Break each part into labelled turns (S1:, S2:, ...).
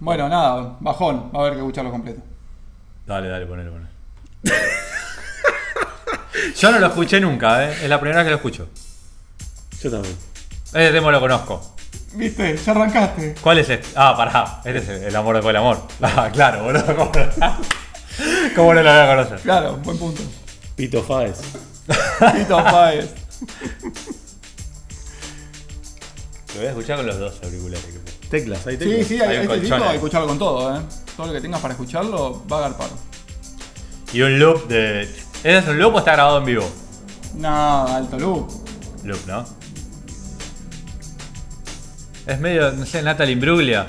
S1: Bueno, nada, bajón, va a haber que escucharlo completo.
S2: Dale, dale, ponelo, ponelo. Yo no lo escuché nunca, ¿eh? Es la primera vez que lo escucho.
S3: Yo también.
S2: Este tema lo conozco.
S1: Viste, ya arrancaste.
S2: ¿Cuál es este? Ah, pará. Este es el amor después del amor. Ah, claro, boludo. ¿Cómo, no- cómo no lo voy a conocer?
S1: Claro, buen punto.
S3: Pito Faes.
S1: Tito Páez.
S2: Lo voy a escuchar con los dos auriculares. que puse.
S3: Teclas, ahí
S1: Sí,
S3: teclas.
S1: sí,
S2: Hay
S1: hay, este
S2: colchones.
S1: disco hay que escucharlo con todo, ¿eh? Todo lo que tengas para escucharlo va a agarpar.
S2: Y un loop de. ¿Ese es un loop o está grabado en vivo?
S1: Nada, alto loop.
S2: Loop, ¿no? Es medio, no sé, Natalie Imbruglia.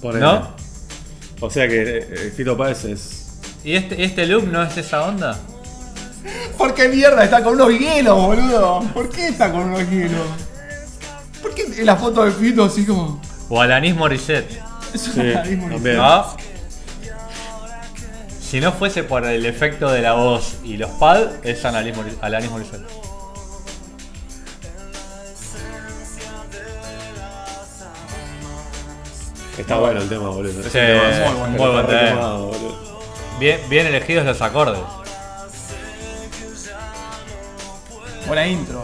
S3: Ponele.
S2: ¿No?
S3: O sea que eh, eh, Fito Páez es.
S2: ¿Y este, este loop no es esa onda?
S1: ¿Por qué mierda está con unos hielos, boludo? ¿Por qué está con unos hielos? ¿Por qué en la foto de Fito así como.?
S2: O Alanis Morissette.
S1: Es
S3: Sí,
S1: un abismo.
S3: también.
S2: ¿no? Si no fuese por el efecto de la voz y los pads, es Alanis, Mori- Alanis Morissette.
S3: Está bueno el tema, boludo. Es
S2: Sí,
S3: un temazo.
S1: muy buen
S3: Pero
S2: tema.
S3: está retomado, boludo.
S2: Bien, bien elegidos los acordes.
S1: Buena intro.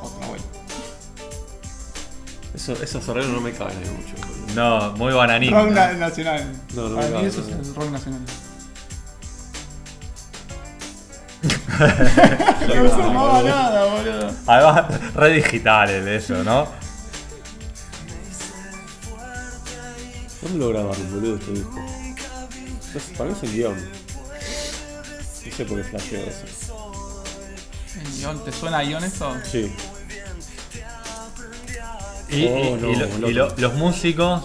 S1: Otra vuelta.
S3: Eso, esos arreglos no me caben mucho, boludo.
S2: No, muy bananín.
S1: Rock
S2: ¿no?
S1: na- nacional.
S3: No, no,
S1: Para
S3: no,
S1: mí
S3: no,
S1: eso
S3: no.
S1: es el rock nacional. no se armaba nada, boludo.
S2: Además, re digital el eso, ¿no?
S3: ¿Dónde lo grabaron, boludo, este disco? No sé, para mí es el guión. No sé por qué flasheo eso.
S1: El guión, ¿Te suena a guión esto?
S3: Sí.
S2: Y, y-
S3: Oh, no,
S2: y lo- y lo-
S3: loco.
S2: los músicos.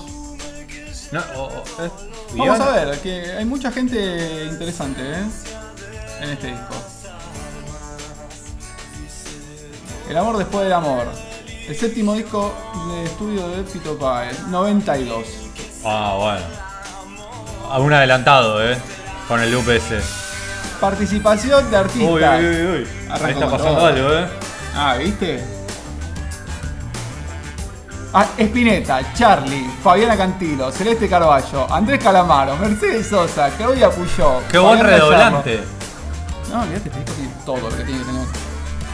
S2: No, Oh, eh, o- o- es
S1: Vamos
S2: guion.
S1: a ver, que hay mucha gente interesante, ¿eh? En este disco. El amor después del amor. El séptimo disco de estudio de Fito Páez, 92.
S2: Ah, bueno. A un adelantado, eh. Con el loop ese.
S1: Participación de
S2: Uy, uy,
S1: artistas.
S2: uy, uy.
S1: Arrancó
S2: Ahí está
S1: con
S2: pasando
S1: todo.
S2: algo, eh.
S1: Ah, ¿viste? Ah, Espineta, Charlie, Fabiana Cantilo, Celeste Carballo, Andrés Calamaro, Mercedes Sosa, Claudia Puyó.
S2: Qué buen
S1: Fabián Gallardo.
S2: redoblante.
S1: No, olvidate, este disco tiene todo lo que tiene que tener.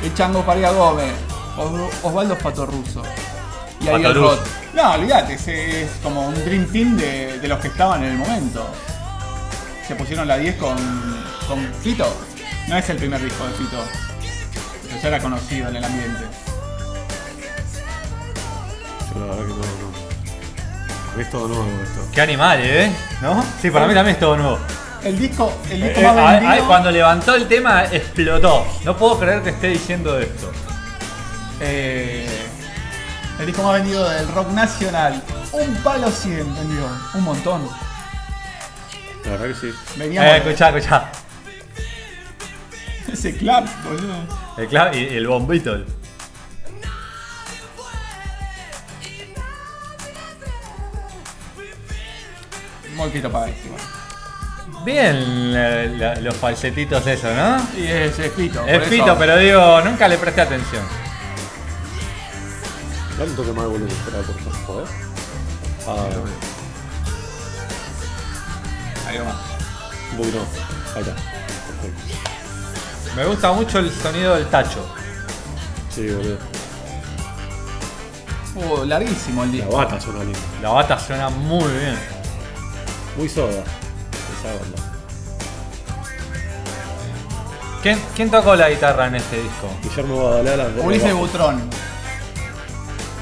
S1: El Chango Faria Gómez, Os- Osvaldo Fatorruso. Y Ariel
S2: Fatorruso.
S1: Roth. No, olvídate, ese es como un dream team de, de los que estaban en el momento. Se pusieron la 10 con, con Fito. No es el primer disco de Fito. Pero ya era conocido en el ambiente.
S3: Yo la verdad que no. no. Para mí es todo nuevo esto.
S2: Qué animal, eh. ¿No? Sí, para mí también es todo nuevo.
S1: El disco, el
S2: Eh,
S1: disco
S2: eh,
S1: más
S2: a-
S1: vendido.
S2: a- cuando levantó el tema, explotó. No puedo creer que esté diciendo esto.
S1: eh, el disco más vendido del rock nacional. Un palo 100 vendió. Un montón.
S3: La verdad que sí.
S1: Veníamos
S2: Eh,
S1: de-
S2: escuchá, escuchá.
S1: ese clap, boludo.
S2: El clav y el bombito.
S1: Muy Fito Páez.
S2: Bien la- la- los falsetitos eso, ¿no?
S1: Y es, es Fito.
S2: Es
S1: por
S2: pito,
S1: eso-
S2: pero digo, nunca le presté atención.
S3: Dale un toque más de volumen, espera, por favor. Joder. Ah,
S1: Ahí va.
S3: un poquito más. Ahí está. Perfecto.
S2: Me gusta mucho el sonido del tacho.
S3: Sí, boludo.
S1: Uh, larguísimo el
S3: La
S1: disco.
S3: bata suena linda.
S2: La bata suena muy bien.
S3: Muy soda. Esa banda.
S2: ¿Quién, quién tocó la guitarra en este disco?
S3: Guillermo Badalala.
S1: Ulises Butrón.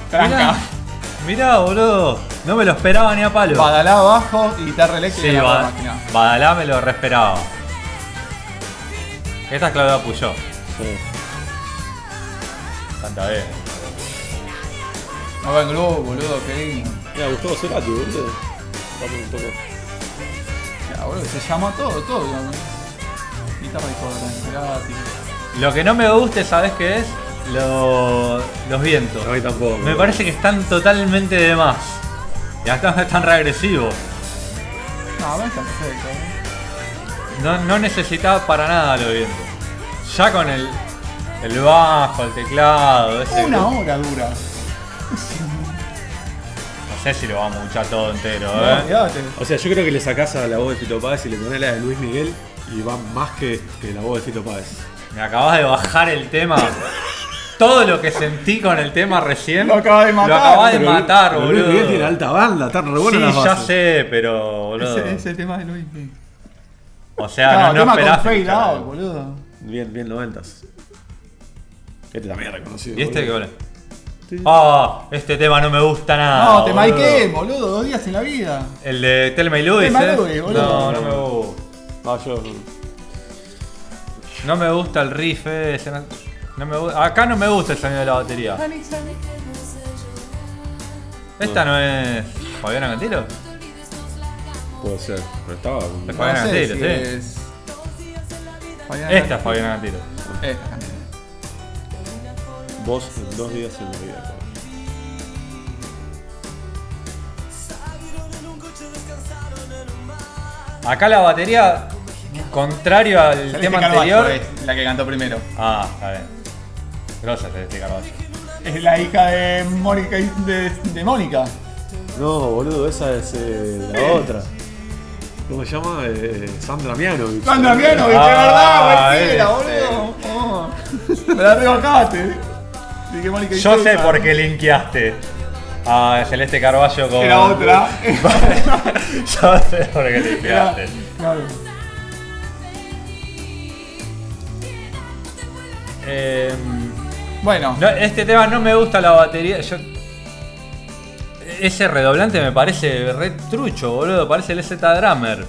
S1: Tranca.
S2: mirá, boludo. No me lo esperaba ni a palo.
S1: Badalá abajo y guitarra eléctrica.
S2: sí,
S1: y la
S2: Ba-
S1: máquina.
S2: Badalá me lo re esperaba. Esta es Claudia Puyó.
S3: Sí.
S2: Canta bien.
S1: No va en grupo, boludo, qué lindo.
S3: Mira, Gustavo Cerati, boludo. Dame un toque.
S1: Ya, boludo, se llama todo, todo. digamos. Guitarra y todo, gratis.
S2: Lo que no me gusta, ¿sabes qué es? Lo- los vientos.
S3: A mí tampoco.
S2: Me parece que están totalmente de más. Y acá están regresivos.
S1: No, no está perfecto. ¿eh?
S2: No, no necesitaba para nada los vientos. Ya con el, el bajo, el teclado, ese.
S1: Una hora dura.
S2: sé si lo vamos a escuchar todo entero,
S1: No,
S2: ¿eh?
S1: cuidate.
S3: O sea, yo creo que le sacás a la voz de Fito Páez y le pones la de Luis Miguel y va más que, que la voz de Fito Páez.
S2: Me acabas de bajar el tema. Todo lo que sentí con el tema recién.
S1: Lo acabas de matar,
S2: Lo acabas de
S1: pero-
S2: matar,
S3: Pero Luis
S2: Ah, boludo.
S3: Miguel tiene alta banda, está re buena
S2: sí, ya sé, pero, boludo.
S1: Ese es el tema de Luis. Miguel.
S2: O sea,
S1: Claro,
S2: no, no
S1: tema con
S2: esperás
S1: fade
S2: escuchar
S1: out,
S2: algo.
S1: boludo.
S3: Bien, bien noventas. Este también es reconocido.
S2: ¿Y este qué boludo?
S3: Sí.
S2: Oh, este tema no me gusta nada.
S1: No, te
S2: Ah, boludo.
S1: maiqué, boludo, dos días en la vida.
S2: El de Telma y Luis.
S1: Telma y
S2: ¿eh?
S1: Luis, boludo.
S2: no, no me
S3: No,
S2: gusta.
S3: Ah, yo.
S2: No me gusta el riff ese. No, no me gusta- Acá no me gusta el sonido de la batería. Esta no es. Fabiana Cantilo.
S3: Puede ser. Pero estaba.
S2: Pero
S1: No
S2: Fabiana
S1: sé
S2: Cantilo,
S1: si
S2: sí.
S1: es. Fabiana
S2: Esta es
S1: Cantilo.
S2: Fabiana Cantilo.
S1: Esta Cantilo.
S3: Vos en dos días en la vida.
S2: Acá la batería, contrario al
S1: Celeste
S2: tema
S1: Carballo eh.
S2: anterior.
S1: es la que cantó primero.
S2: Ah, está bien. Grosa Celeste Carballo.
S1: Es la hija de Mónica. y- De, de Mónica.
S3: No, boludo, esa es eh, la otra. ¿Cómo se llama? Eh, Sandra Mianovich.
S1: Sandra Mianovich, es verdad,
S2: Ah,
S1: cualquiera,
S2: ese.
S1: boludo. Oh, me la rebajaste. Dije Mónica y
S2: Yo sé
S1: Sousa.
S2: por qué linkeaste a Celeste Carballo con.
S1: Era otra.
S2: Yo sé por qué
S1: Era-
S2: linkeaste.
S1: claro.
S2: Em,
S1: Bueno,
S2: No, este tema no me gusta la batería. Yo... Ese redoblante me parece re trucho, boludo. Parece el Z Drummer.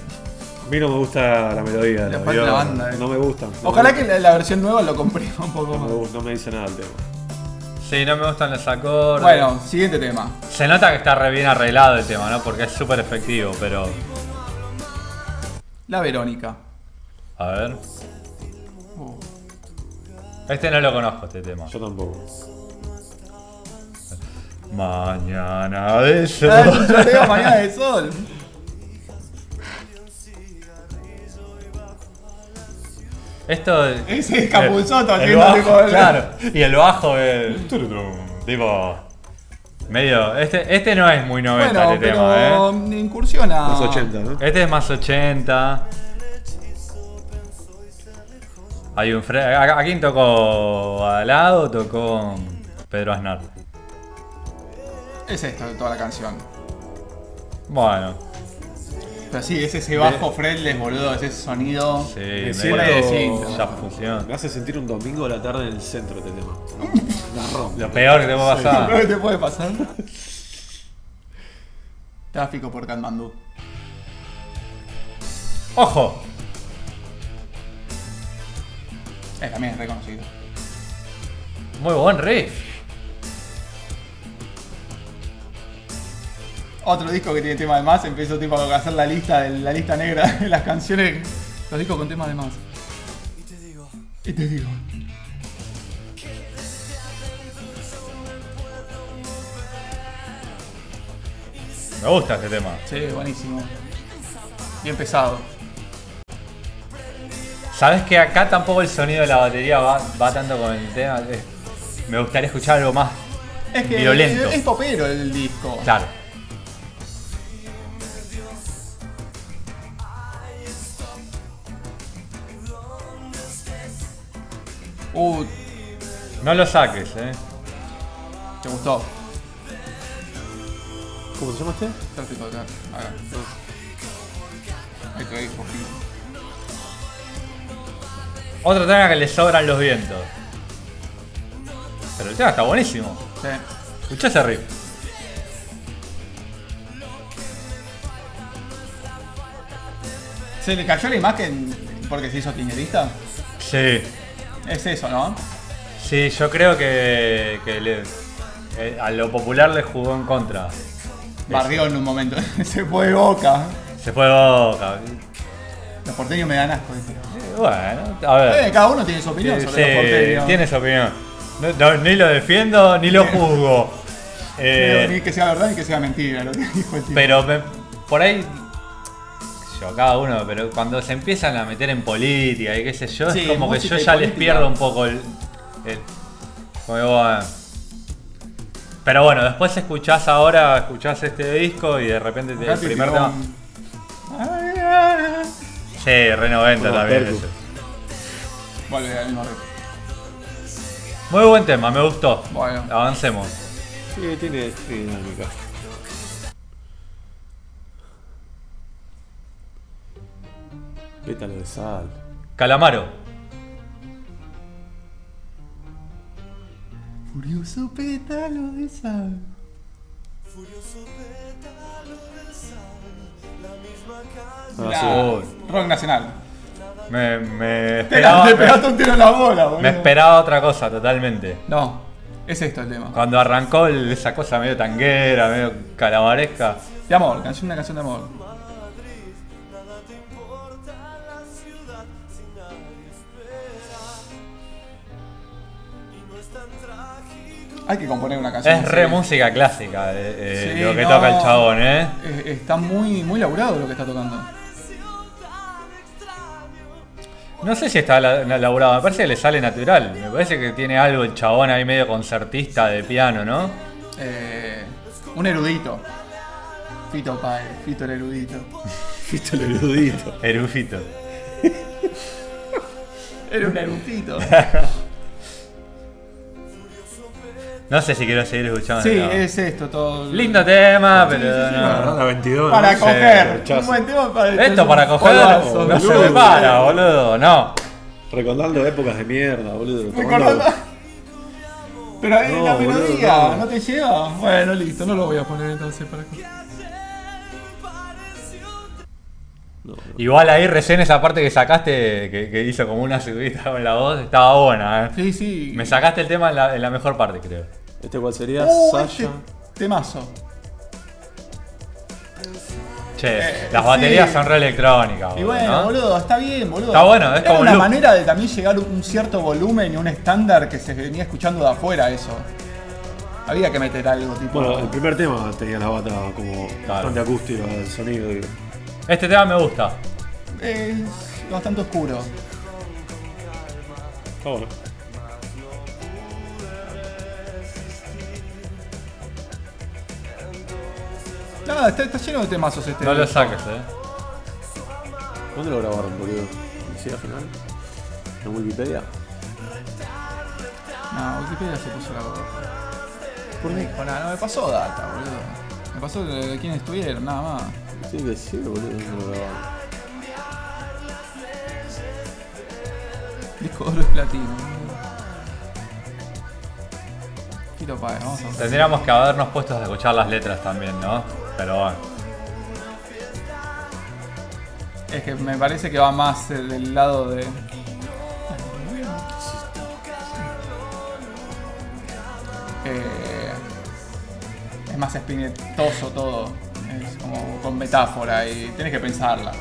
S3: A mí no me gusta la melodía. de
S1: Le
S3: la
S1: falta la
S3: viola.
S1: banda, eh.
S3: No me gusta. no
S1: ojalá
S3: me
S1: que
S3: gusta.
S1: la, la versión nueva lo comprima un
S3: No
S1: poco
S3: me,
S1: más.
S3: gusta, no me dice nada el tema.
S2: Sí, no me gustan los acordes.
S1: Bueno, siguiente tema.
S2: Se nota que está re bien arreglado el tema, ¿no? Porque es súper efectivo, pero.
S1: La Verónica.
S2: A ver.
S1: Oh.
S2: Este no lo conozco, este tema.
S3: Yo tampoco.
S2: Mañana de sol.
S1: Ah, es un choreo mañana de sol.
S2: Esto.
S1: Ese es Capuzotto
S2: el
S1: haciendo
S2: bajo,
S1: tipo el-
S2: Claro. Y el bajo del. Tipo. Medio. Este, este no es muy 90
S1: Bueno,
S2: este tema, ¿eh?
S1: pero incursiona.
S3: Los 80, ¿no?
S2: Este es más 80. Hay un fre ¿A, a quién tocó? Adalado tocó Pedro Aznar.
S1: Es esto toda la canción.
S2: Bueno,
S1: Pero sí, es ese bajo fretless, boludo, es ese sonido.
S2: sí,
S3: Me
S2: medio-
S1: Por ahí de cinta.
S2: ya funciona.
S3: Me hace sentir un domingo a la tarde en el centro este tema. La rompe.
S2: Lo peor que te puede
S1: Lo peor
S2: pasar.
S1: que Ah, te puede pasar. Tráfico por Katmandú.
S2: ¡Ojo!
S1: Eh, también es reconocido.
S2: Muy buen riff.
S1: Otro disco que tiene tema de más, empiezo tipo a hacer la lista de la lista negra de las canciones. Los discos con temas de más. Y te digo.
S2: Me gusta este tema.
S1: Sí, buenísimo. Bien pesado.
S2: Sabes que acá tampoco el sonido de la batería va, va tanto con el tema. Es- me gustaría escuchar algo más.
S1: Es que
S2: Violento.
S1: es popero el disco.
S2: Claro.
S1: Uh,
S2: No lo saques, eh.
S1: te gustó.
S3: ¿Cómo se llama este?
S1: Tráfico acá. Acá. Ahí te digo, Gil.
S2: Otro tema que le sobran los vientos. Pero el tema está buenísimo.
S1: Sí.
S2: Escuchá ese riff.
S1: Se le cayó la imagen porque se hizo kirchnerista.
S2: Sí.
S1: Es eso, ¿no?
S2: Sí, yo creo que, que le- eh, a lo popular le jugó en contra.
S1: Barrió en un momento. se fue de boca.
S2: Se fue boca.
S1: Los porteños me dan asco. dice.
S2: Eh, Bueno, a ver.
S1: Eh, cada uno tiene su opinión
S2: Sí,
S1: sobre los porteños.
S2: tiene su opinión. No- no, ni lo defiendo ni lo
S1: Bien.
S2: juzgo. Eh,
S1: Pero ni que sea verdad ni que sea mentira lo que dijo el tipo.
S2: Pero me- por ahí. qué sé Yo, cada uno, pero cuando se empiezan a meter en política y qué sé yo,
S1: Sí,
S2: es como que
S1: música
S2: yo
S1: y
S2: ya les
S1: política.
S2: pierdo un poco el. el- como que, bueno, ah. Pero bueno, después escuchás ahora, escuchás este disco y de repente te,
S1: Acá
S2: el
S1: te
S2: primer
S1: tiró
S2: tema.
S1: un-
S2: Sí, re 90
S3: Como
S2: también.
S3: Percu.
S2: ese.
S1: Vuelve al mismo ritmo.
S2: Muy buen tema, me gustó.
S1: Bueno.
S2: Ah. Avancemos.
S3: Sí, tiene, tiene dinámica. Pétalo de sal.
S2: Calamaro.
S1: Furioso pétalo de sal.
S3: Ah,
S2: sí.
S1: Rock nacional.
S2: Me, me
S1: Te,
S2: esperaba.
S1: te pegaste un tiro en la bola, boludo.
S2: me esperaba otra cosa totalmente.
S1: No, es esto el tema.
S2: Cuando arrancó el- esa cosa medio tanguera, medio calamaresca.
S1: De amor, canción, una canción de amor. Hay que componer una canción.
S2: Es
S1: así.
S2: re música clásica eh, eh,
S1: Sí,
S2: lo que
S1: no.
S2: toca el chabón, ¿eh?
S1: Eh, Está muy, muy laburado lo que está tocando.
S2: No sé si está la- la- elaborado, me parece que le sale natural. Me parece que tiene algo el chabón ahí medio concertista de piano, ¿no?
S1: Eh, un erudito. Fito Pae, Fito el erudito.
S3: Viste el erudito.
S2: Erufito.
S1: Era un erudito.
S2: No sé si quiero seguir escuchando.
S1: Sí,
S2: no.
S1: es esto todo.
S2: Lindo tema, pero
S1: sí,
S2: no.
S1: la
S3: Ronda 22.
S1: Para
S3: ¿no?
S1: coger.
S3: rechazo.
S1: Un buen tema para
S2: Esto para coger
S1: Polvazo,
S2: no se
S1: boludo.
S2: me para, boludo, no.
S3: Recordando épocas de mierda, boludo.
S1: Recordando.
S3: Tomando-
S1: Pero ahí
S3: No,
S1: la
S3: boludo,
S1: melodía,
S3: no.
S1: no. te lleva? Bueno, listo, no lo voy a poner entonces para coger.
S3: No, no.
S2: Igual ahí recién esa parte que sacaste, que, que hizo como una subida con la voz, estaba buena, eh.
S1: Sí, sí.
S2: Me sacaste el tema en la, en la mejor parte, creo.
S3: Este cual sería
S1: Uh, este
S3: Sasha.
S1: temazo.
S2: Che,
S1: Eh,
S2: las baterías
S1: sí.
S2: son re electrónicas,
S1: Y
S2: boludo,
S1: bueno,
S2: ¿no?
S1: boludo, está bien, boludo.
S2: Está bueno, es
S1: Era
S2: como
S1: una
S2: loop.
S1: manera de también llegar a un cierto volumen y un estándar que se venía escuchando de afuera eso. Había que meter algo tipo.
S3: Bueno, el primer tema tenía la bata como bastante acústica, el sonido. digo.
S2: Este tema me gusta.
S1: Es bastante oscuro.
S3: Está bueno.
S1: Nada, está, está lleno de temazos este.
S2: No lo saques, eh.
S3: ¿Dónde lo grabaron, boludo? ¿Sí, al final? ¿En Wikipedia?
S1: No, Wikipedia se puso la gorra. ¿Por qué? no me pasó data, boludo. Me pasó de, de quién estuvieron, nada más.
S3: Sí, que sí, boludo. ¿Dónde lo grabaron?
S1: Disco de oro y platino. boludo. Tiro pae, eh, vamos a ver.
S2: Tendríamos que habernos puesto a escuchar las letras también, ¿no? Pero bueno.
S1: Es que me parece que va más eh, del lado de. Eh, es más espinetoso todo. Es como con metáfora y tenés que pensarla.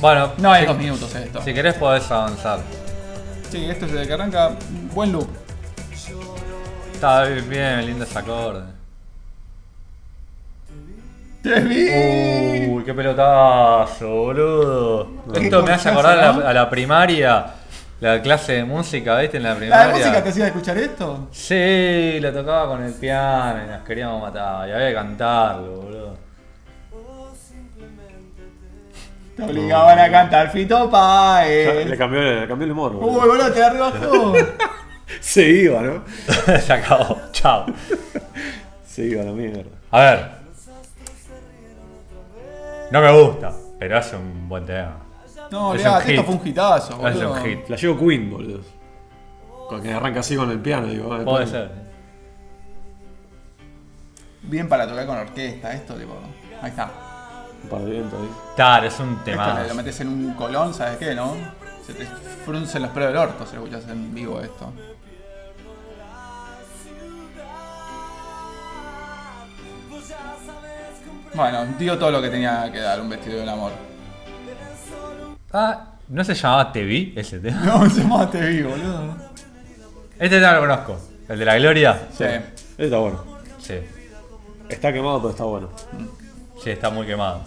S2: Bueno,
S1: No es
S2: si,
S1: dos minutos esto.
S2: si querés podés avanzar.
S1: Sí, esto es desde que arranca. Buen loop.
S2: Está bien, lindo ese acorde.
S1: ¡Te vi!
S2: Uy, qué pelotazo, boludo. Esto me hace acordar a la, a la primaria, la clase de música, ¿viste? En la
S1: ¿La
S2: primaria.
S1: de música te hacía escuchar esto?
S2: Sí, la tocaba con el piano y nos queríamos matar. Y había que cantarlo, boludo. Uh.
S1: Te obligaban a cantar Fito
S3: Ya, Le
S1: Paez.
S3: cambió, le cambió el humor,
S1: Eh. Uy,
S3: boludo.
S1: boludo, te la rebajó.
S3: Se iba, ¿no?
S2: Se acabó, chao.
S3: Se iba a la mierda.
S2: A ver. No me gusta, pero hace un buen tema.
S1: No,
S2: Es
S1: mirá,
S2: un
S1: esto
S2: hit.
S1: fue un hitazo,
S2: Es
S1: boludo.
S2: un hit.
S3: La llevo Queen, boludo. Con que arranca así con el piano, digo. eh,
S2: Puede
S3: Queen.
S2: ser.
S1: Bien para tocar con orquesta, esto, tipo. Ahí está.
S3: Un par de vientos ahí.
S2: Claro, es un
S1: Esto
S2: tema.
S1: le- lo metes en un colón, ¿sabes qué, no? Se te fruncen los pelos del orto si lo escuchas en vivo esto. Bueno, dio todo lo que tenía que dar un vestido del amor.
S2: Ah, ¿no se llamaba Te Vi ese tema?
S1: No, se llama Te vi, boludo.
S2: Este tema lo conozco. ¿El de la gloria?
S1: Sí.
S3: Este está bueno.
S2: Sí.
S3: Está quemado, pero está bueno.
S2: Sí, está muy quemado.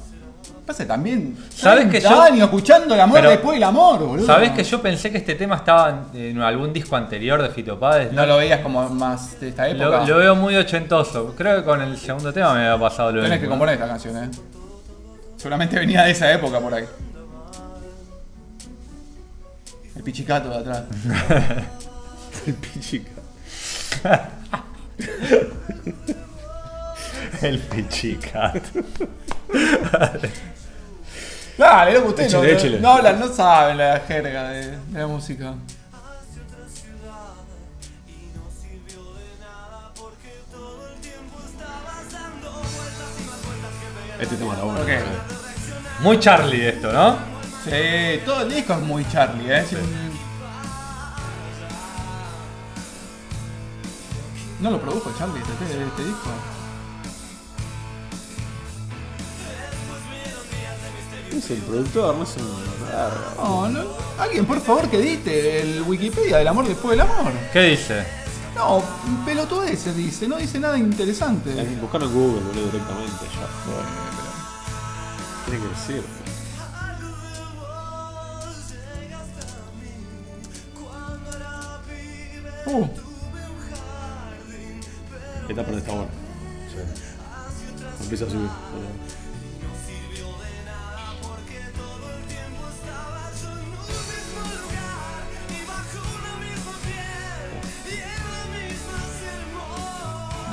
S1: Pasa que también.
S2: ¿Sabes que
S1: 30
S2: yo-
S1: años escuchando el amor
S2: Pero-
S1: después del amor, boludo.
S2: ¿Sabés que yo pensé que este tema estaba en algún disco anterior de Fito Páez?
S1: No lo veías como más de esta época.
S2: Lo, lo veo muy ochentoso. Creo que con el segundo tema me había pasado lo
S1: Tenés que
S2: mismo.
S1: componer esta canción, eh. Seguramente venía de esa época por ahí. El pichicato de atrás.
S3: El pichica.
S2: El pichicato.
S1: Dale, loco, ustedes no,
S3: Échale, échale.
S1: no hablan, no saben la jerga de, de la música.
S3: Este tema está bueno.
S1: Ok.
S3: eh.
S2: Muy Charlie esto, ¿no?
S1: Sí, todo el disco es muy Charlie, eh. Sin- No lo produjo Charlie este, este- este disco.
S3: Es el productor, no es un. Ah,
S1: No, no. Alguien, por favor, que edite el Wikipedia del amor después del amor.
S2: ¿Qué dice?
S1: No, pelotudeces dice, no dice nada interesante.
S3: Buscaron Google, boludo, directamente. Ya fue. Tiene que decir.
S1: Uh,
S3: Esta parte está buena. Empieza a subir.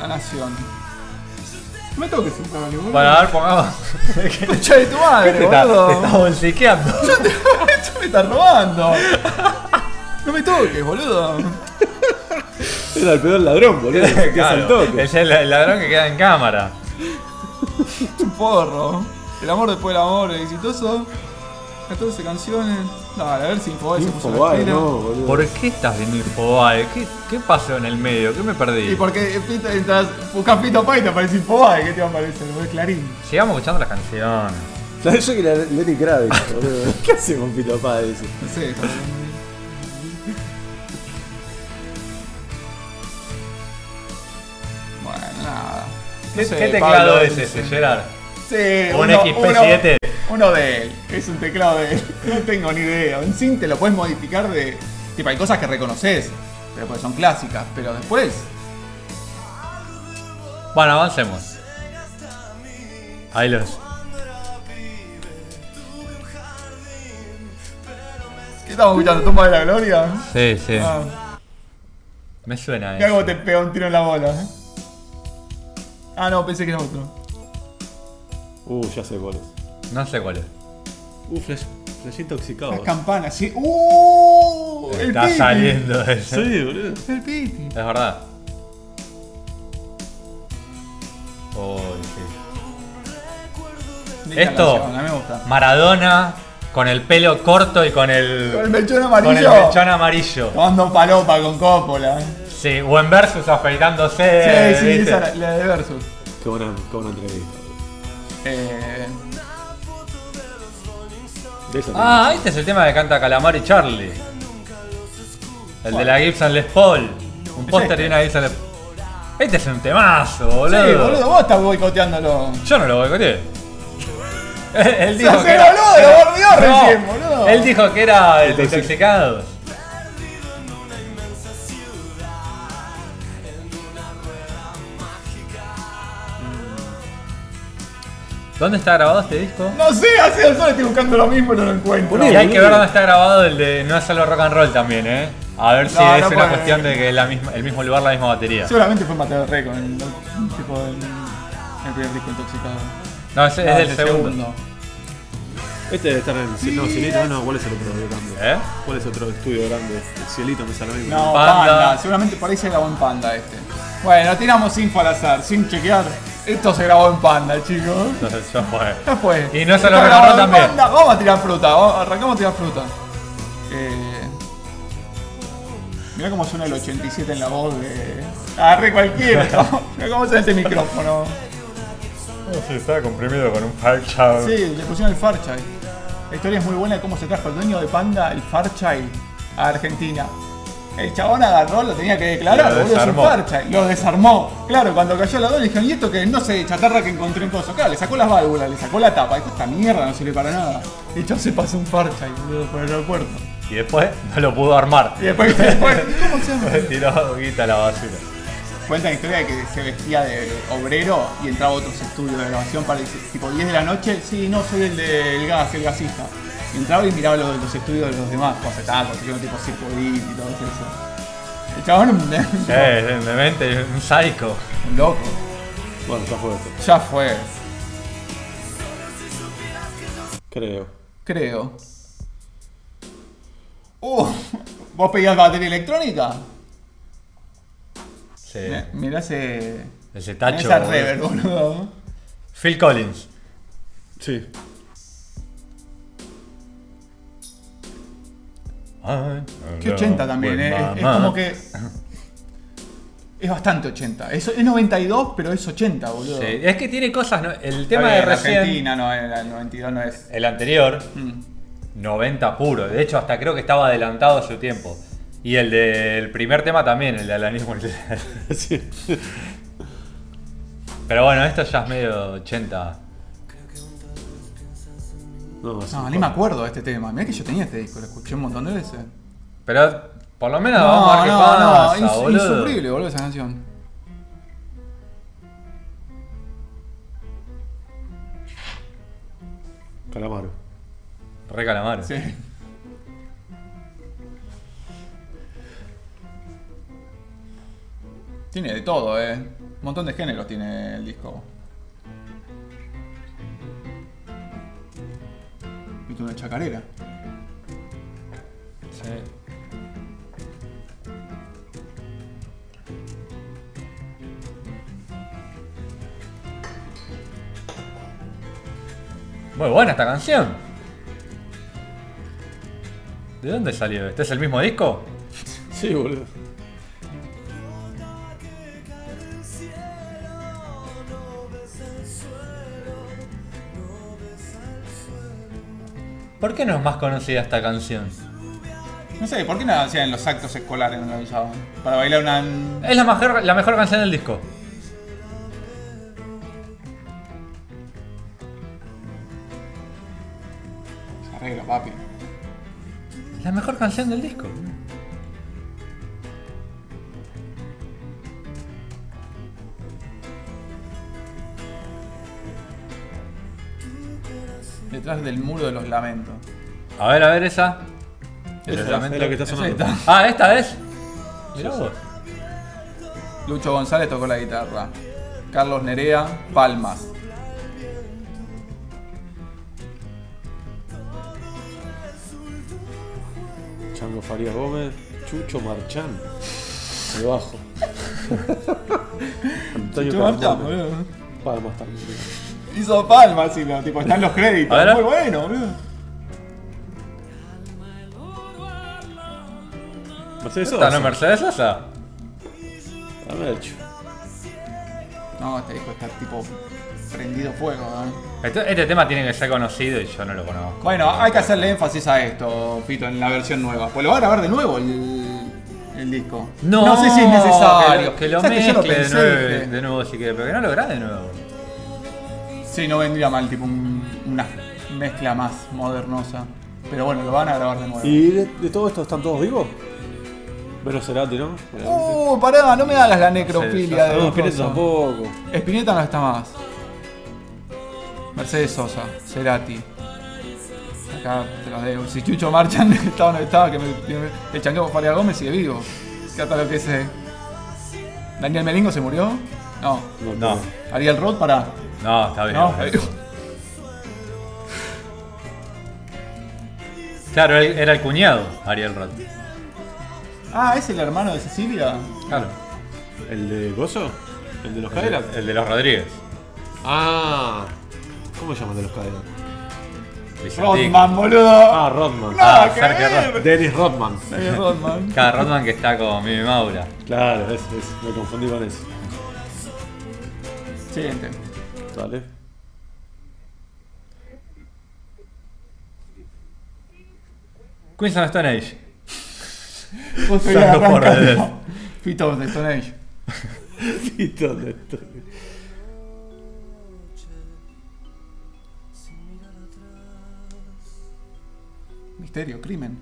S1: la nación. No me toques un caballo, boludo.
S2: Para ver, pongamos.
S1: Concha de tu
S2: ¿Qué
S1: madre,
S2: te está, te está
S1: boludo.
S2: bolsiqueando?
S1: Esto me está robando. No me toques, boludo.
S3: Era el peor ladrón, boludo. que
S2: Claro,
S3: saltó. que-
S2: es el, el ladrón que queda en cámara.
S1: Es un porro. El amor después del amor, exitoso. 14 canciones. Dale, a ver si Infobae se puso las
S3: Infobae,
S1: pilas.
S3: no, boludo.
S2: ¿Por qué estás viendo Infobae? ¿Qué, ¿Qué pasó en el medio? ¿Qué me
S1: Y
S2: perdí?
S1: porque Fito- entras, buscas Fito Pai y te aparece Infobae. ¿Qué te va a aparecer? Es Clarín.
S2: Sigamos escuchando las canciones.
S3: Claro, yo que la Lenny Kravitz, boludo. ¿Qué hace con Pito Páez?
S1: No sé. como- Bueno, nada. No
S2: ¿Qué,
S1: sé,
S2: qué teclado
S1: Pablo,
S2: es
S1: dice-
S2: ese, Gerard?
S1: Sí,
S2: ¿Un
S1: uno-
S2: XP7?
S1: Uno, uno de él, es un teclado de él. No tengo ni idea. Un synth te lo puedes modificar de. Tipo, hay cosas que reconoces, pero pues son clásicas, pero después.
S2: Bueno, avancemos. Ahí los.
S1: ¿Qué estamos escuchando? ¿Tumba de la Gloria?
S2: Sí, sí.
S1: Ah,
S2: Me suena
S1: mirá
S2: eso.
S1: cómo te pega un tiro en la bola. ¿eh? Ah, no, pensé que era otro.
S3: Uh, ya sé cuál es.
S2: eh. No sé cuál es.
S3: Uh, flash, flash intoxicado.
S1: Las campanas, sí. ¡Uh! El
S2: Está
S1: piti.
S2: saliendo eso.
S3: Sí, boludo.
S1: El piti.
S2: Es verdad. Oh, sí.
S1: Linda
S2: Esto-
S1: canción, A mí me gusta.
S2: Maradona con el pelo corto y con el.
S1: Con el mechón
S2: con el
S1: amarillo.
S2: mechón amarillo.
S1: Tomando palopa con Coppola.
S2: Sí, o en versus
S1: Sí,
S2: afeitándose.
S1: sí,
S2: ¿viste?
S1: esa la, la de Versus.
S3: Qué buena, qué buena entrevista.
S1: Eh,
S3: De esa
S2: Ah, este es el tema que canta Calamar y Charlie. El de la Gibson Les Paul. Un póster de una Gibson Les Paul. Este es un temazo, boludo.
S1: Sí, boludo, vos estás boicoteándolo.
S2: Yo no lo boicoteé. él
S1: Se hace boludo, lo bordeó recién, boludo.
S2: Él dijo que era el
S3: Entonces-
S2: desintoxicado. ¿Dónde está grabado este disco?
S1: No sé, hace dos horas estoy buscando lo mismo y no lo encuentro.
S3: Poné,
S2: y hay que ver
S3: boludo.
S2: dónde está grabado el de No es solo rock and roll también, eh. A ver si
S1: No,
S2: es
S1: no
S2: una
S1: puede.
S2: cuestión de que es la misma, el mismo lugar, la misma batería.
S1: Seguramente fue Mateo Rey con el, el tipo del el primer disco intoxicado.
S2: No, es, es
S1: No,
S2: del
S1: el
S2: segundo.
S3: Este debe estar en. No, Cielito, no, ¿cuál es el otro de grande?
S2: ¿Eh?
S3: ¿Cuál es otro estudio grande? El Cielito me sale a mí.
S1: No,
S2: Panda.
S1: panda. Seguramente por ahí se grabó en panda este. Bueno, tiramos info al azar, sin chequear. Esto se grabó en panda, chicos.
S2: Entonces ya fue.
S1: Ya fue.
S2: Y no se
S1: Esto
S2: lo
S1: grabó
S2: regaló
S1: en
S2: también.
S1: Panda. Vamos a tirar fruta, vamos- arrancamos a tirar fruta. Eh, mirá cómo suena el 87 en la voz de. Agarré cualquiera, ¿no? Mirá cómo suena este micrófono.
S2: Sí, estaba comprimido con un falchado.
S1: Sí, le pusieron el Farchai. La historia es muy buena de cómo se trajo el dueño de Panda, el Farchai, a Argentina. El chabón agarró, lo tenía que declarar,
S2: Lo
S1: boludo, es un
S2: desarmó.
S1: parcha. Lo desarmó. Claro, cuando cayó la dona, dijeron, ¿y esto que No sé, chatarra que encontré en coso. Claro, le sacó las válvulas, le sacó la tapa. Dijo, esta mierda no sirve para nada. El chabón se pasó un parcha y boludo por el aeropuerto.
S2: Y después no lo pudo armar.
S1: Y después, después ¿cómo se llama?
S2: Tiró guita a la basura.
S1: Cuenta la historia de que se vestía de obrero y entraba a otros estudios de grabación para decir, tipo 10 de la noche, sí, no, soy el del gas, el gasista. Y entraba y miraba los, los estudios de los demás, cuando se estaba construyendo tipo circo Beat y todo eso. El chabón,
S2: Eh, eh, me mente, un psycho.
S1: un loco,
S3: Bueno, ya fue esto.
S1: ya fue,
S3: Creo.
S1: creo. Uh, ¿Vos pedías batería electrónica?
S2: Sí.
S1: Mi- Mirá ese.
S2: Ese
S1: mirá
S2: tacho.
S1: ¿Eh? esa
S2: boludo.
S1: reverb, boludo.
S2: Phil Collins.
S3: Sí.
S1: Que 80 también,
S2: pues
S1: eh. es, es como que. Es bastante 80. Es, es 92, pero es 80, boludo.
S2: Sí, es que tiene cosas. ¿no? El
S1: Está
S2: tema
S1: bien,
S2: de recién.
S1: Argentina no era, el 92 no es.
S2: El anterior,
S1: Mm.
S2: 90 puro. De hecho, hasta creo que estaba adelantado a su tiempo. Y el del primer tema también, el de Alanismo.
S3: sí.
S2: Pero bueno, esto ya es medio 80.
S3: No, sí.
S1: No, ni me acuerdo de este tema. Mirá que yo tenía este disco, lo escuché un montón de veces.
S2: Pero por lo menos vamos a ver qué pasa,
S1: ins-
S2: boludo.
S1: insufrible, boludo, esa canción.
S3: Calamaro.
S2: Re calamar.
S1: Sí. Tiene de todo, eh. Un montón de géneros tiene el disco. Viste una chacarera.
S2: Sí. Muy buena esta canción. ¿De dónde salió? ¿Este es el mismo disco?
S3: Sí, boludo.
S2: ¿Por qué no es más conocida esta canción?
S1: No sé, ¿por qué no hacían los actos escolares en el sábado? Para bailar una.
S2: Es la mejor, la mejor canción del disco.
S1: Se arregla, papi.
S2: La mejor canción del disco.
S1: Detrás del muro de los lamentos.
S2: A ver, a ver esa. El
S3: Esa
S2: reglamento.
S3: es la que está sonando.
S1: Esa
S2: Ah, esta es. Mirá vos.
S1: Lucho González tocó la guitarra. Carlos Nerea, palmas.
S3: Chango Farías Gómez. Chucho Marchán. Debajo. Antonio Carmona.
S1: boludo.
S3: Palmas también.
S1: Hizo palmas y lo- tipo, están los créditos.
S2: A ver.
S1: Muy bueno, boludo.
S3: Mercedes
S2: ¿Esta no
S3: Sosa.
S2: es Mercedes Sosa?
S3: A Mercho.
S1: No, este disco está tipo prendido fuego, ¿eh?
S2: Este, este tema tiene que ser conocido y yo no lo conozco.
S1: Bueno, hay que hacerle énfasis a esto, Fito, en la versión nueva. Pues lo van a ver de nuevo el, el disco. sé si es necesario.
S2: Que lo, que lo
S1: ¿Sabes que yo
S2: mezcle
S1: lo
S2: de,
S1: pensé,
S2: nuevo,
S1: dije?
S2: de nuevo si quiere, pero que no lo grabe de nuevo.
S1: Sí, no vendría mal, tipo un- una mezcla más modernosa. Pero bueno, lo van a grabar de nuevo.
S3: ¿Y de, de todo esto están todos vivos? Pero Cerati, Oh, ¿no? Obviamente.
S1: Uh, pará, no me hagas la necrofilia
S3: no,
S1: de
S3: Spinetta
S1: Sosa.
S3: tampoco.
S1: Espineta no está más. Mercedes Sosa, Cerati. Acá te los debo. Si Chucho Marchan estaba o no estaba, que me, el chanqueo Faria Gómez sigue vivo. ¿Qué hasta lo que sé. Daniel Meringo se murió. No.
S3: No,
S2: No.
S3: creo.
S1: Ariel Roth, pará.
S2: No, está bien.
S1: No.
S2: Claro, él era el cuñado, Ariel Roth.
S1: Ah, es el hermano de Cecilia.
S2: Claro.
S3: ¿El de Gozo? ¿El de los
S2: El,
S3: Cadillacs?
S2: el de los Rodríguez.
S3: Ah. ¿Cómo se llama el de los Cadillacs?
S2: Vicentico.
S1: Rodman, boludo.
S3: Ah, Rodman.
S1: Nada
S2: ah,
S1: que
S2: cerca de
S1: ver.
S3: Dennis Rodman.
S1: Ariel Rodman.
S2: Cada Rodman que está con Mimi Maura.
S3: Claro, es, es, me confundí con eso.
S1: Siguiente.
S3: Dale.
S2: Queens of the Stone Age.
S1: Vos seguís
S2: Salgo por
S1: arrancando.
S2: Red.
S1: Fito of the Stone Age.
S3: Y todo esto.
S1: Misterio, crimen.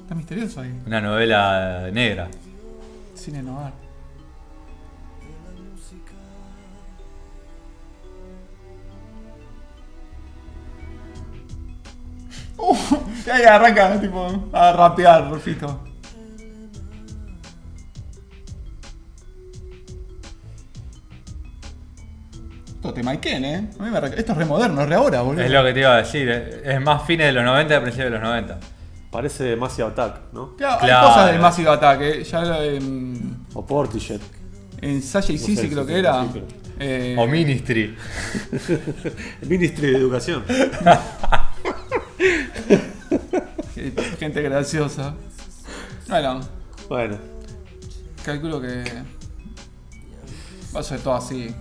S1: Está misterioso ahí.
S2: Una novela negra.
S1: Cine noir. Uh, y ahí arranca, tipo, a rapear, Fito. Esto te maiquen, eh. A mí me re- Esto es re moderno, es re ahora, boludo.
S2: Es lo que te iba a decir. eh. Es más fines de los 90 que principios de los 90.
S3: Parece Massive Attack, ¿no?
S1: Claro,
S2: Claro.
S1: hay cosas del Massive Attack, eh. Ya lo- en,
S3: O Portishead.
S1: en Sasha y
S3: No
S1: Sisi
S3: sé,
S1: creo
S3: sí,
S1: que era.
S3: sí, pero-
S1: eh,
S2: O Ministry.
S3: El Ministry de Educación.
S1: Gente graciosa. Bueno,
S3: Bueno,
S1: calculo que. Va a ser todo así.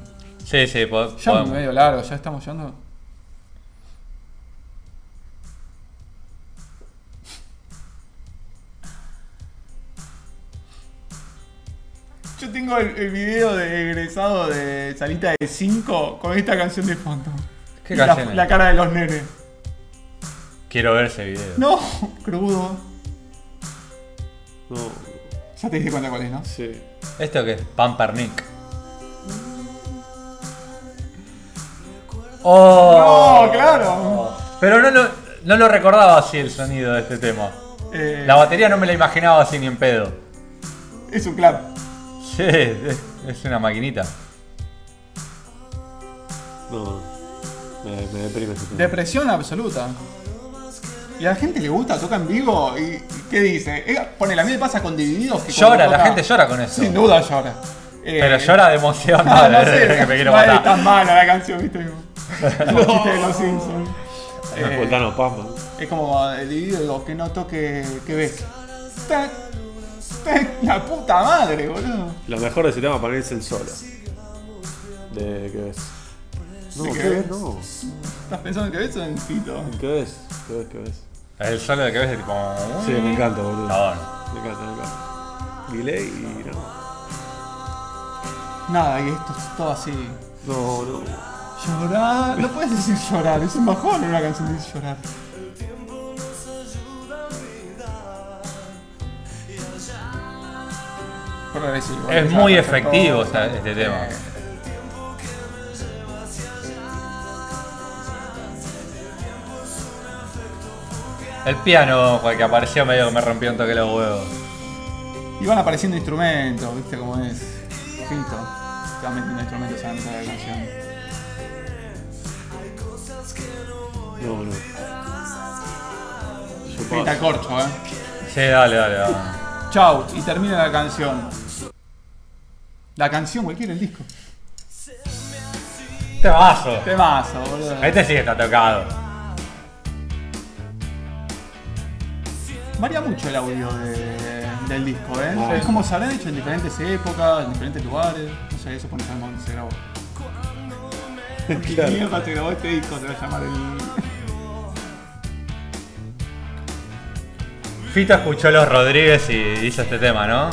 S2: Sí, sí, po-
S1: Ya
S2: podemos.
S1: medio largo, ya estamos yendo. Yo tengo el, el video de egresado de Salita de 5 con esta canción de fondo.
S2: ¿Qué
S1: Y la-
S2: canción es?
S1: la cara de los nenes.
S2: Quiero ver ese video.
S1: No, crudo.
S3: no.
S1: Ya te diste cuenta cuál es, ¿no?
S3: Sí.
S2: ¿Esto ¿Este qué es? Pampernick. ¡Oh!
S1: No, claro.
S2: Pero no lo, no lo recordaba así el sonido de este tema.
S1: Eh,
S2: La batería no me la imaginaba así ni en pedo.
S1: es un clap.
S2: Sí, es, es una maquinita.
S3: No. Me, me deprime ese tema.
S1: Depresión absoluta. Y a la gente le gusta, toca en vivo y y ¿qué dice? Eh, Pone, a mí me pasa con divididos que cuando
S2: Llora, la
S1: toca-
S2: gente llora con eso.
S1: Sin duda llora. Eh,
S2: Pero llora de emoción,
S1: No,
S2: no,
S1: no
S2: de- de
S1: sé,
S2: que me quiero
S1: no es
S2: matar.
S1: tan mala la canción, viste. Como, como chiste de los Simpsons.
S3: No,
S1: Eh,
S3: Voltano Pazman.
S1: es como eh, dividido, digo, que no toque, que ves. Tac, tac, La puta madre, boludo.
S3: Lo mejor de ese tema para mí es el solo. De qué ves. No,
S1: ¿De
S3: ¿qué
S1: qué
S3: ves? No.
S1: ¿Estás pensando en que ves o en Fito?
S3: ¿Qué ves? ¿Qué ves? ¿Qué ves?
S2: El solo de que ves es tipo. "Uy".
S3: Sí, me encanta, boludo.
S2: No, no.
S3: Me encanta, me encanta. Delay y no.
S1: Nada, y esto es todo así.
S3: No, no.
S1: Llorar. No puedes decir llorar, es un bajón en una canción decir llorar. Progresivo.
S2: Es
S1: ya
S2: muy
S1: va a ser
S2: efectivo
S1: todo.
S2: esta- este tema. El piano que apareció medio que me rompió un toque los huevos.
S1: Y van apareciendo instrumentos, viste cómo es. Fito. Se van metiendo instrumentos a la mitad de la canción.
S3: No, no. Yo
S1: Pita
S3: paso.
S1: corcho, eh.
S2: Sí, dale, dale, dale.
S1: Chau, y termina la canción. La canción, cualquiera, el disco.
S2: Te bajo.
S1: Temazo, boludo.
S2: Este sí está tocado.
S1: Varía mucho el audio de- del disco, ¿eh?
S3: Ah.
S1: Es como se habrá hecho en diferentes épocas, en diferentes lugares. No sé, eso pone saber dónde se grabó.
S3: Claro.
S1: Mierda, se grabó este disco, se va a llamar el.
S2: Fito escuchó los Rodríguez y hizo este tema, ¿no?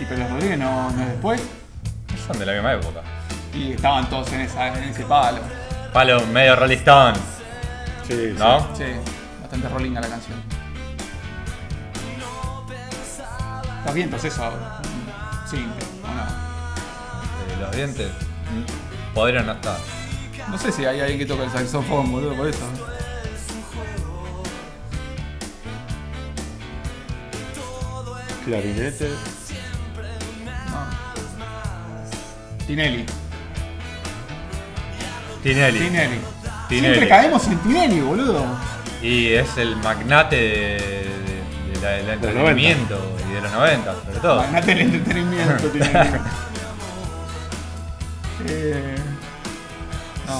S1: Y pero los Rodríguez no, no es después.
S2: Son de la misma época.
S1: Y estaban todos en, esa, en ese palo.
S2: Palo medio Rolling Stone,
S3: Sí, sí.
S2: ¿no?
S1: Sí, bastante rolling a la canción. Está bien, entonces eso. mm, Sí, o no.
S2: Eh, Los dientes mm, podrían no estar.
S1: No sé si hay alguien que toca el saxofón, boludo, por eso.
S3: Clarinete.
S1: No. Tinelli.
S2: Tinelli.
S1: Tinelli.
S2: Tinelli.
S1: Siempre caemos en Tinelli, boludo.
S2: Y es el magnate de, de- de la- del
S3: los
S2: entretenimiento y de los 90, sobre todo.
S1: Magnate del entretenimiento, Tinelli. eh... No.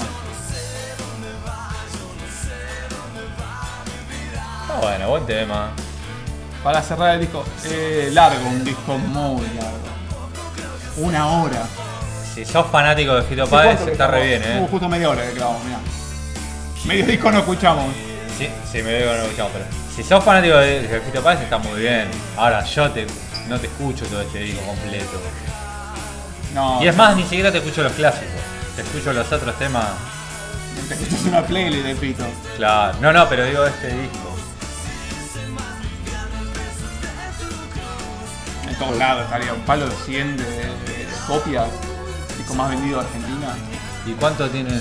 S2: Ah, bueno, buen tema.
S1: Para cerrar el disco, eh, largo, un disco muy largo. Una hora.
S2: Si sos fanático de Fito Páez,
S1: ¿Cuánto que
S2: está re
S1: grabamos?
S2: bien,
S1: Uh,
S2: ¿eh?
S1: justo media hora que grabamos, mirá. Medio disco no escuchamos.
S2: Sí, sí, me veo que no escuchamos, pero Si sos fanático de de Fito Páez está muy bien. Ahora yo te, no te escucho todo este disco completo.
S1: No,
S2: Y es más, ni siquiera te escucho los clásicos. Te escucho los otros temas.
S1: te escuchas una playlist de Fito.
S2: Claro. No, no, pero digo este disco.
S1: En todos lados estaría un palo de 100 de, de- de copias. Disco más vendido de Argentina.
S2: ¿Y cuánto tiene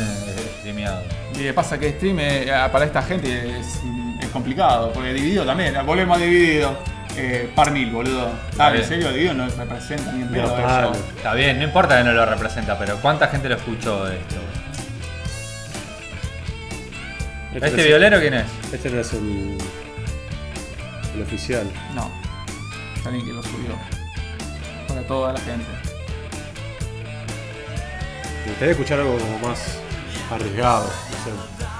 S2: streameado?
S1: Y eh, pasa que stream eh, para esta gente es, es complicado, porque dividido también, volvemos a dividido. Eh, par mil, boludo. Ah, en
S2: bien.
S1: serio, dividido no representa ni en pedo
S3: No,
S1: eso.
S3: claro.
S2: Está bien, no importa que no lo representa, pero ¿cuánta gente lo escuchó de esto? ¿Este violero quién es?
S3: Este no es el, el oficial.
S1: No. Alguien que lo subió. Para toda la gente.
S3: Me gustaría escuchar algo como más arriesgado. No sé.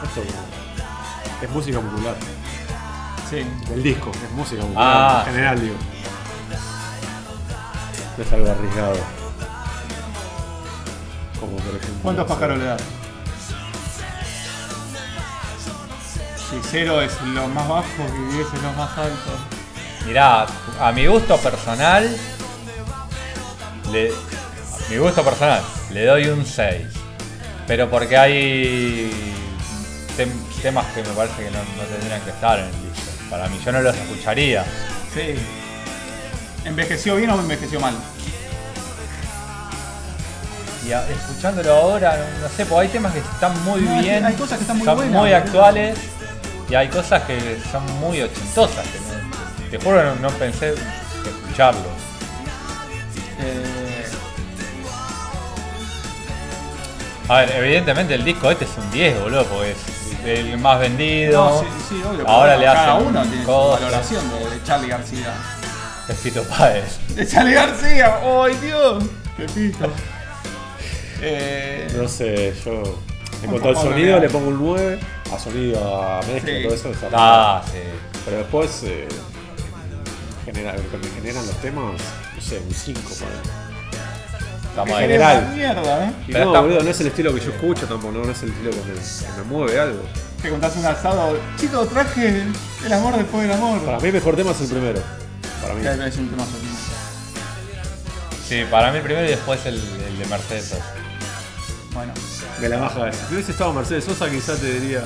S3: Esto como- es música popular.
S1: Sí.
S3: El disco es música popular.
S2: Ah.
S3: En general, digo. No es algo arriesgado. Como por ejemplo.
S1: ¿Cuántos
S3: no sé,
S1: pájaros le das? Si cero es lo más bajo y 10 es lo más alto.
S2: Mirá, a mi gusto personal. Le, a mi gusto personal, le doy un 6. Pero porque hay tem- temas que me parece que no, no tendrían que estar en el disco. Para mí, yo no los escucharía.
S1: Sí. ¿Envejeció bien o envejeció mal?
S2: Y a- escuchándolo ahora, no, no sé, porque hay temas que están muy
S1: No, hay-
S2: bien.
S1: hay cosas que están muy
S2: son
S1: buenas,
S2: muy
S1: boludo.
S2: actuales. Y hay cosas que son muy ochentosas. que no- te juro que no, no pensé escucharlo.
S1: Eh,
S2: A ver, evidentemente el disco este es un 10, boludo, porque es el más vendido.
S1: no, sí, sí, obvio. pero
S2: Ahora
S1: bueno,
S2: le
S1: cada
S2: hacen
S1: uno tiene
S2: cosas.
S1: su valoración de, de Charlie García.
S2: Es Fito Páez.
S1: ¡De Charlie García! ¡Ay, Dios! Pepito. Eh,
S3: No sé, yo. En
S1: Un
S3: cuanto al
S1: poco
S3: sonido,
S1: real.
S3: le pongo un 9. A sonido, a mezcla,
S1: Sí.
S3: todo eso. está
S2: Ah, sí.
S3: Pero después, eh, genera, lo que me generan los temas, no sé, un 5 para
S2: Estamos
S1: es
S2: ahí.
S3: general.
S1: una mierda, ¿eh?
S3: Y
S2: Pero
S3: no,
S2: está-
S3: boludo, no es el estilo que yo escucho tampoco, no, no es el estilo que me, que me mueve algo.
S1: Te contás un asado. Chico, traje el amor después del amor.
S3: Para mí, el mejor tema es el primero. Para mí.
S1: Es un temazo, tío.
S2: Sí, para mí el primero y después el, el de Mercedes.
S1: Bueno.
S3: Me la baja esa. Si hubiese estado Mercedes Sosa, quizás te diría,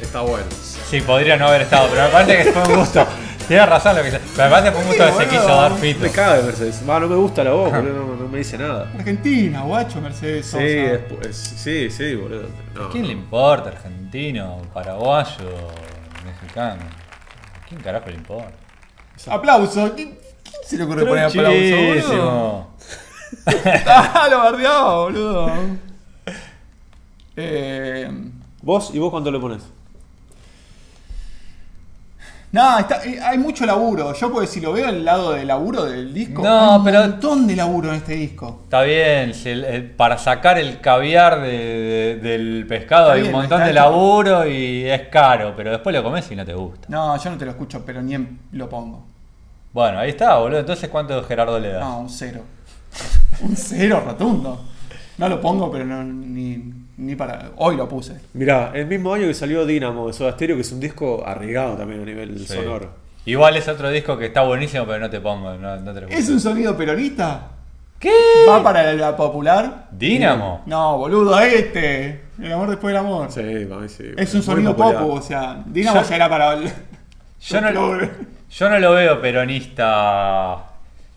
S3: está bueno.
S2: Sí, podría no haber estado, pero me parece que fue un gusto. Tienes razón lo que dice. Pero me parece que fue un gusto
S1: Sí,
S2: que se
S1: boludo.
S2: quiso dar
S3: Me
S2: Fito.
S3: caga de Mercedes. Va, no me gusta la voz, boludo, no, no me dice nada.
S1: Argentina, guacho, Mercedes
S3: Sí,
S1: Sosa.
S3: es- es- sí, sí, boludo. No.
S2: ¿Quién le importa? ¿Argentino? ¿Paraguayo? ¿Mexicano? ¿Quién carajo le importa?
S1: Aplauso. ¿Qui- ¿Quién se le ocurre poner aplauso, boludo?
S2: Tronchísimo.
S1: Ah, lo bardeaba, boludo. Eh,
S3: ¿Vos y vos cuánto le pones?
S1: nada, está- eh, hay mucho laburo. Yo, porque si lo veo el lado del laburo del disco,
S2: No,
S1: hay un
S2: pero-
S1: montón de laburo en este disco.
S2: Está bien, si el- el- para sacar el caviar de- de- del pescado
S1: Está
S2: hay
S1: bien,
S2: un montón
S1: está
S2: de
S1: hecho.
S2: laburo y es caro, pero después lo comes y no te gusta.
S1: No, yo no te lo escucho, pero ni en- lo pongo.
S2: Bueno, ahí está, boludo. Entonces, ¿cuánto Gerardo le da?
S1: No, un cero. un cero rotundo. No lo pongo, pero no, ni, ni para. Hoy lo puse.
S3: Mirá, el mismo año que salió Dynamo de Soda Stereo, que es un disco arriesgado también a nivel
S2: Sí.
S3: sonoro.
S2: Igual es otro disco que está buenísimo, pero no te pongo, no, no te lo
S1: ¿Es
S2: pongo.
S1: un sonido peronista?
S2: ¿Qué?
S1: ¿Va para la popular?
S2: Dinamo.
S1: No, boludo, este. El amor después del amor.
S3: Sí, para mí sí.
S1: Es un
S3: Muy
S1: sonido
S3: popular.
S1: popo, o sea, Dinamo ya era para. el-
S2: Yo no, lo-
S1: Folclore.
S2: yo no lo veo peronista.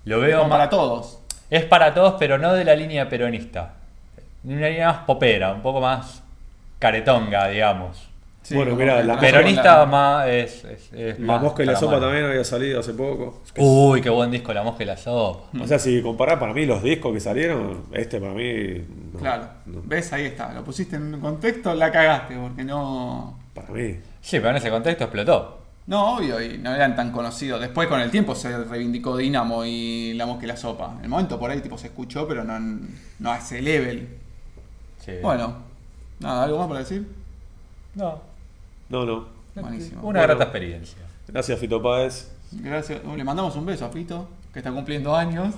S2: Lo veo
S1: Como
S2: más.
S1: para todos.
S2: Es para todos, pero no de la línea peronista. Una línea más popera, un poco más caretonga, digamos.
S1: Sí,
S3: Bueno,
S1: como
S3: mirá,
S1: que
S3: la-
S1: no se
S2: Peronista
S1: habla.
S2: más es, es- es
S3: La
S2: más
S3: mosca y la sopa
S2: calamar.
S3: también había salido hace poco.
S2: Uy, qué buen disco, La Mosca y la Sopa.
S3: O sea, si comparás para mí los discos que salieron, este para mí. no,
S1: Claro.
S3: no,
S1: ¿Ves? Ahí está. Lo pusiste en un contexto, la cagaste, porque no.
S3: para mí.
S2: Sí, pero en ese contexto explotó.
S1: No, obvio, y no eran tan conocidos. Después con el tiempo se reivindicó Dinamo y la mosca y la sopa. En el momento por ahí tipo se escuchó, pero no, no a ese level.
S2: Sí.
S1: Bueno, nada, ¿algo más para decir?
S2: No.
S3: No, no.
S1: Buenísimo.
S2: Una
S3: Bueno.
S2: grata experiencia.
S3: Gracias, Fito Páez.
S1: Gracias. Uh, Le mandamos un beso a Fito, que está cumpliendo años.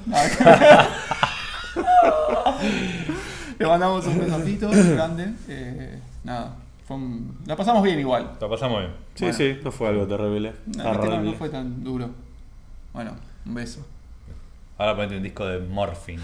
S1: Le mandamos un beso a Fito, grande. Eh, nada. Fue un- La pasamos bien igual.
S2: Lo pasamos bien.
S3: Sí,
S1: Bueno.
S3: sí, no fue algo terrible.
S1: No,
S3: Terrible.
S1: viste, no- no fue tan duro. Bueno, un beso.
S2: Ahora ponete un disco de Morphine.